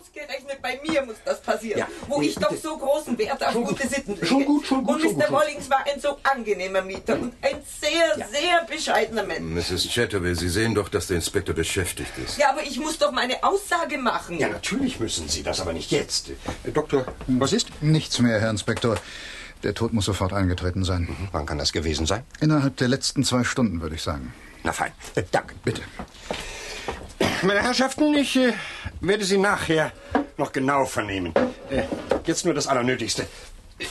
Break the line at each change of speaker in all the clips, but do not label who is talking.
Ausgerechnet bei mir muss das passieren,
Ja,
wo
nee,
ich doch
bitte.
so großen Wert auf
Schon
gute
gut,
Sitten lege.
schon gut, schon gut,
Und
schon
Mr.
gut.
Mollings war ein so angenehmer Mieter und ein sehr, sehr bescheidener Mensch.
Mrs. Chatterway, Sie sehen doch, dass der Inspektor beschäftigt ist.
Ja, aber ich muss doch meine Aussage machen.
Ja, natürlich müssen Sie das, aber nicht jetzt. Äh, Doktor, was ist?
Nichts mehr, Herr Inspektor. Der Tod muss sofort eingetreten sein.
Wann kann das gewesen sein?
Innerhalb der letzten zwei Stunden, würde ich sagen.
Na fein. Äh, danke. Bitte. Meine Herrschaften, ich äh, werde Sie nachher noch genau vernehmen. Äh, jetzt nur das Allernötigste.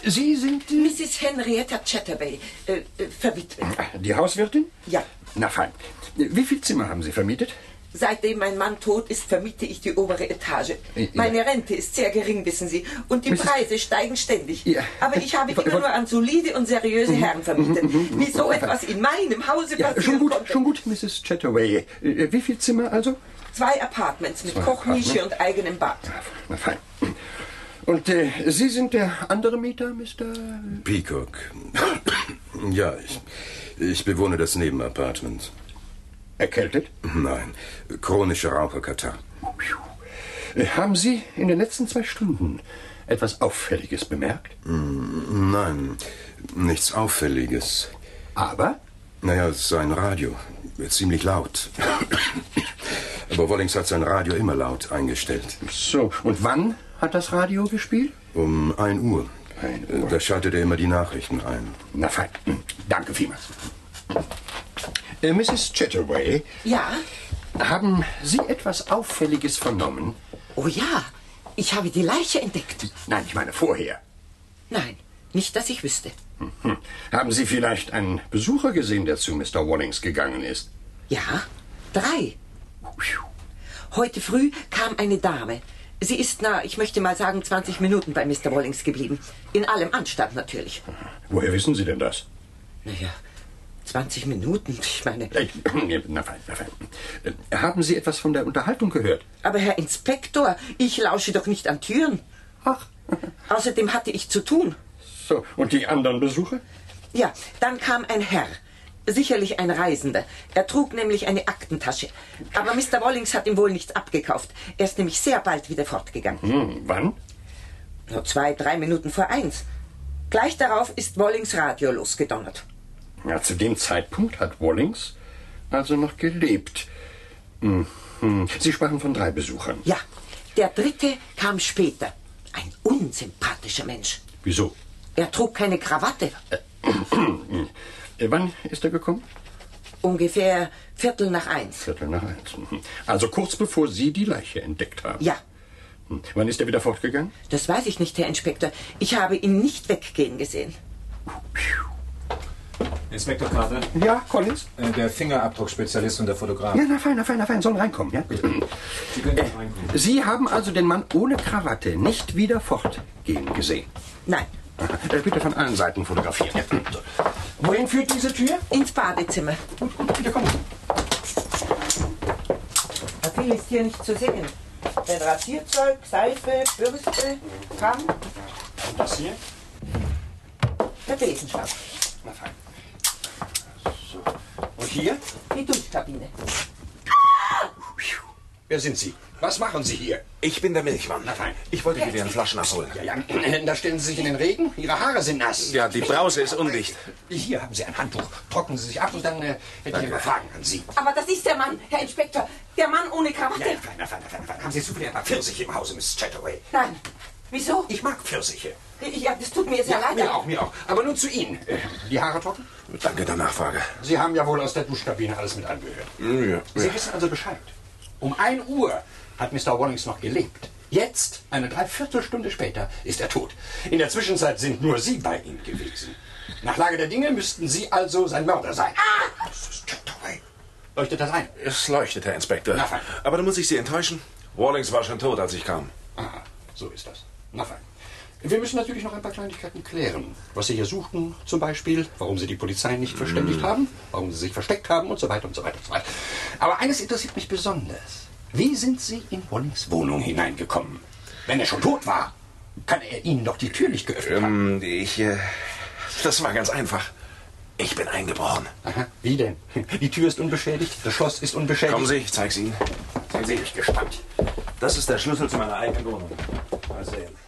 Sie sind äh,
Mrs. Henrietta Chatterway, äh, äh, verwitwet.
die Hauswirtin?
Ja.
Na fein. Wie viel Zimmer haben Sie vermietet?
Seitdem mein Mann tot ist, vermiete ich die obere Etage.
Ja.
Meine Rente ist sehr gering, wissen Sie, und die
Mrs.
Preise steigen ständig.
Ja. Mhm.
Aber ich habe
Wo-
immer
wo-
nur an solide und seriöse Herren vermietet. Wie so etwas in meinem Hause
mhm. Ja,
passieren
schon gut,
konnte.
schon gut, Mrs. Chataway. Äh, Wie viel Zimmer also?
Zwei Apartments mit
Zwei
Kochnische
Apartments.
und eigenem Bad.
Na fein. Und äh, Sie sind der andere Mieter, Mr.
Peacock. Ja, ich, ich bewohne das Nebenapartment.
Erkältet?
Nein, chronischer Raucherkatar.
Äh, Haben Sie in den letzten zwei Stunden etwas Auffälliges bemerkt?
Nein, nichts Auffälliges.
Aber?
Naja, sein Radio. Ziemlich laut. Aber Wollings hat sein Radio immer laut eingestellt.
So, und wann hat das Radio gespielt?
Um 1 Uhr.
1 Uhr.
Da schaltet er immer die Nachrichten ein.
Na fein, Hm, danke vielmals. Äh, Mrs. Chatterway,
Ja?
haben Sie etwas Auffälliges vernommen?
Oh ja, ich habe die Leiche entdeckt.
Nein, ich meine vorher.
Nein, nicht, dass ich wüsste.
Hm. Haben Sie vielleicht einen Besucher gesehen, der zu Mr. Wallings gegangen ist?
Ja, drei. Heute früh kam eine Dame. Sie ist, na, ich möchte mal sagen, 20 Minuten bei Mr. Wallings geblieben. In allem Anstand natürlich.
Woher wissen Sie denn das?
Naja, 20 Minuten, ich meine.
Äh, Na fein, na fein. Äh, Haben Sie etwas von der Unterhaltung gehört?
Aber Herr Inspektor, ich lausche doch nicht an Türen.
Ach,
Außerdem hatte ich zu tun.
so. Und die anderen Besucher?
Ja, dann kam ein Herr. Sicherlich ein Reisender. Er trug nämlich eine Aktentasche. Aber Mr. Wallings hat ihm wohl nichts abgekauft. Er ist nämlich sehr bald wieder fortgegangen.
Hm, wann?
Nur zwei, drei Minuten vor eins. Gleich darauf ist Wallings Radio losgedonnert.
Ja, zu dem Zeitpunkt hat Wallings also noch gelebt. Mhm. Sie sprachen von drei Besuchern.
Ja, der dritte kam später. Ein unsympathischer Mensch.
Wieso?
Er trug keine Krawatte.
Äh, Wann ist er gekommen?
Ungefähr Viertel nach eins.
Viertel nach eins. Mhm. Also kurz bevor Sie die Leiche entdeckt haben.
Ja,
Hm. Wann ist er wieder fortgegangen?
das weiß ich nicht, Herr Inspektor. Ich habe ihn nicht weggehen gesehen.
Inspektor Carter,
Ja, Collins.
äh, der Fingerabdruckspezialist und der Fotograf.
Ja, na fein, na fein, na fein, sollen reinkommen, ja?
Sie können nicht reinkommen.
Sie haben also den Mann ohne Krawatte nicht wieder fortgehen gesehen.
Nein,
Aha. Äh, Bitte von allen Seiten fotografieren. Ja. So. Wohin führt diese Tür?
ins Badezimmer.
Gut, gut, bitte kommen.
Aber Viel ist hier nicht zu sehen. Ein Rasierzeug, Seife, Bürste, Kamm,
Und das hier?
der Besenschlag,
Na fein. So. Und hier?
die Duschkabine.
Wer sind Sie? Was machen Sie hier?
Ich bin der Milchmann. Ich wollte dir den Flaschen abholen.
Ja, ja. Da stellen Sie sich in den Regen. Ihre Haare sind nass.
Ja, die Brause ist undicht.
Hier haben Sie ein Handtuch. Trocknen Sie sich ab und dann äh, hätte ich ein paar Fragen an Sie.
Aber das ist der Mann, Herr Inspektor, der Mann ohne Krawatte.
Ja, ja, fein, na fein, na fein, na fein. Haben Sie zufällig ein paar Pfirsiche im Hause, Mrs. Chataway?
Nein, wieso?
Ich mag Pfirsiche.
Ja, das tut mir sehr
Ja,
leid.
mir auch, mir auch. Aber nun zu Ihnen. Äh, Die Haare trocken?
Danke der Nachfrage.
Sie haben ja wohl aus der Duschkabine alles mit angehört.
Ja.
Sie wissen also Bescheid. Um 1 Uhr hat Mr. Wallings noch gelebt. Jetzt, eine Dreiviertelstunde später, ist er tot. In der Zwischenzeit sind nur Sie bei ihm gewesen. Nach Lage der Dinge müssten Sie also sein Mörder sein. Ah! Leuchtet das ein?
Es leuchtet, Herr Inspektor.
Na fein.
Aber da muss ich Sie enttäuschen. Wallings war schon tot, als ich kam.
Aha, so ist das. Na fein. Wir müssen natürlich noch ein paar Kleinigkeiten klären. Was Sie hier suchten, zum Beispiel, warum Sie die Polizei nicht verständigt haben, warum Sie sich versteckt haben und so weiter und so weiter und so weiter. Aber eines interessiert mich besonders. Wie sind Sie in Wallings Wohnung hineingekommen? Wenn er schon tot war, kann er Ihnen doch die Tür nicht geöffnet haben.
Hm, Ich, äh, das war ganz einfach. Ich bin eingebrochen.
Aha, wie denn? Die Tür ist unbeschädigt, das Schloss ist unbeschädigt.
Kommen Sie, ich zeig's Ihnen.
Dann bin ich gespannt.
Das ist der Schlüssel zu meiner eigenen Wohnung. Mal sehen.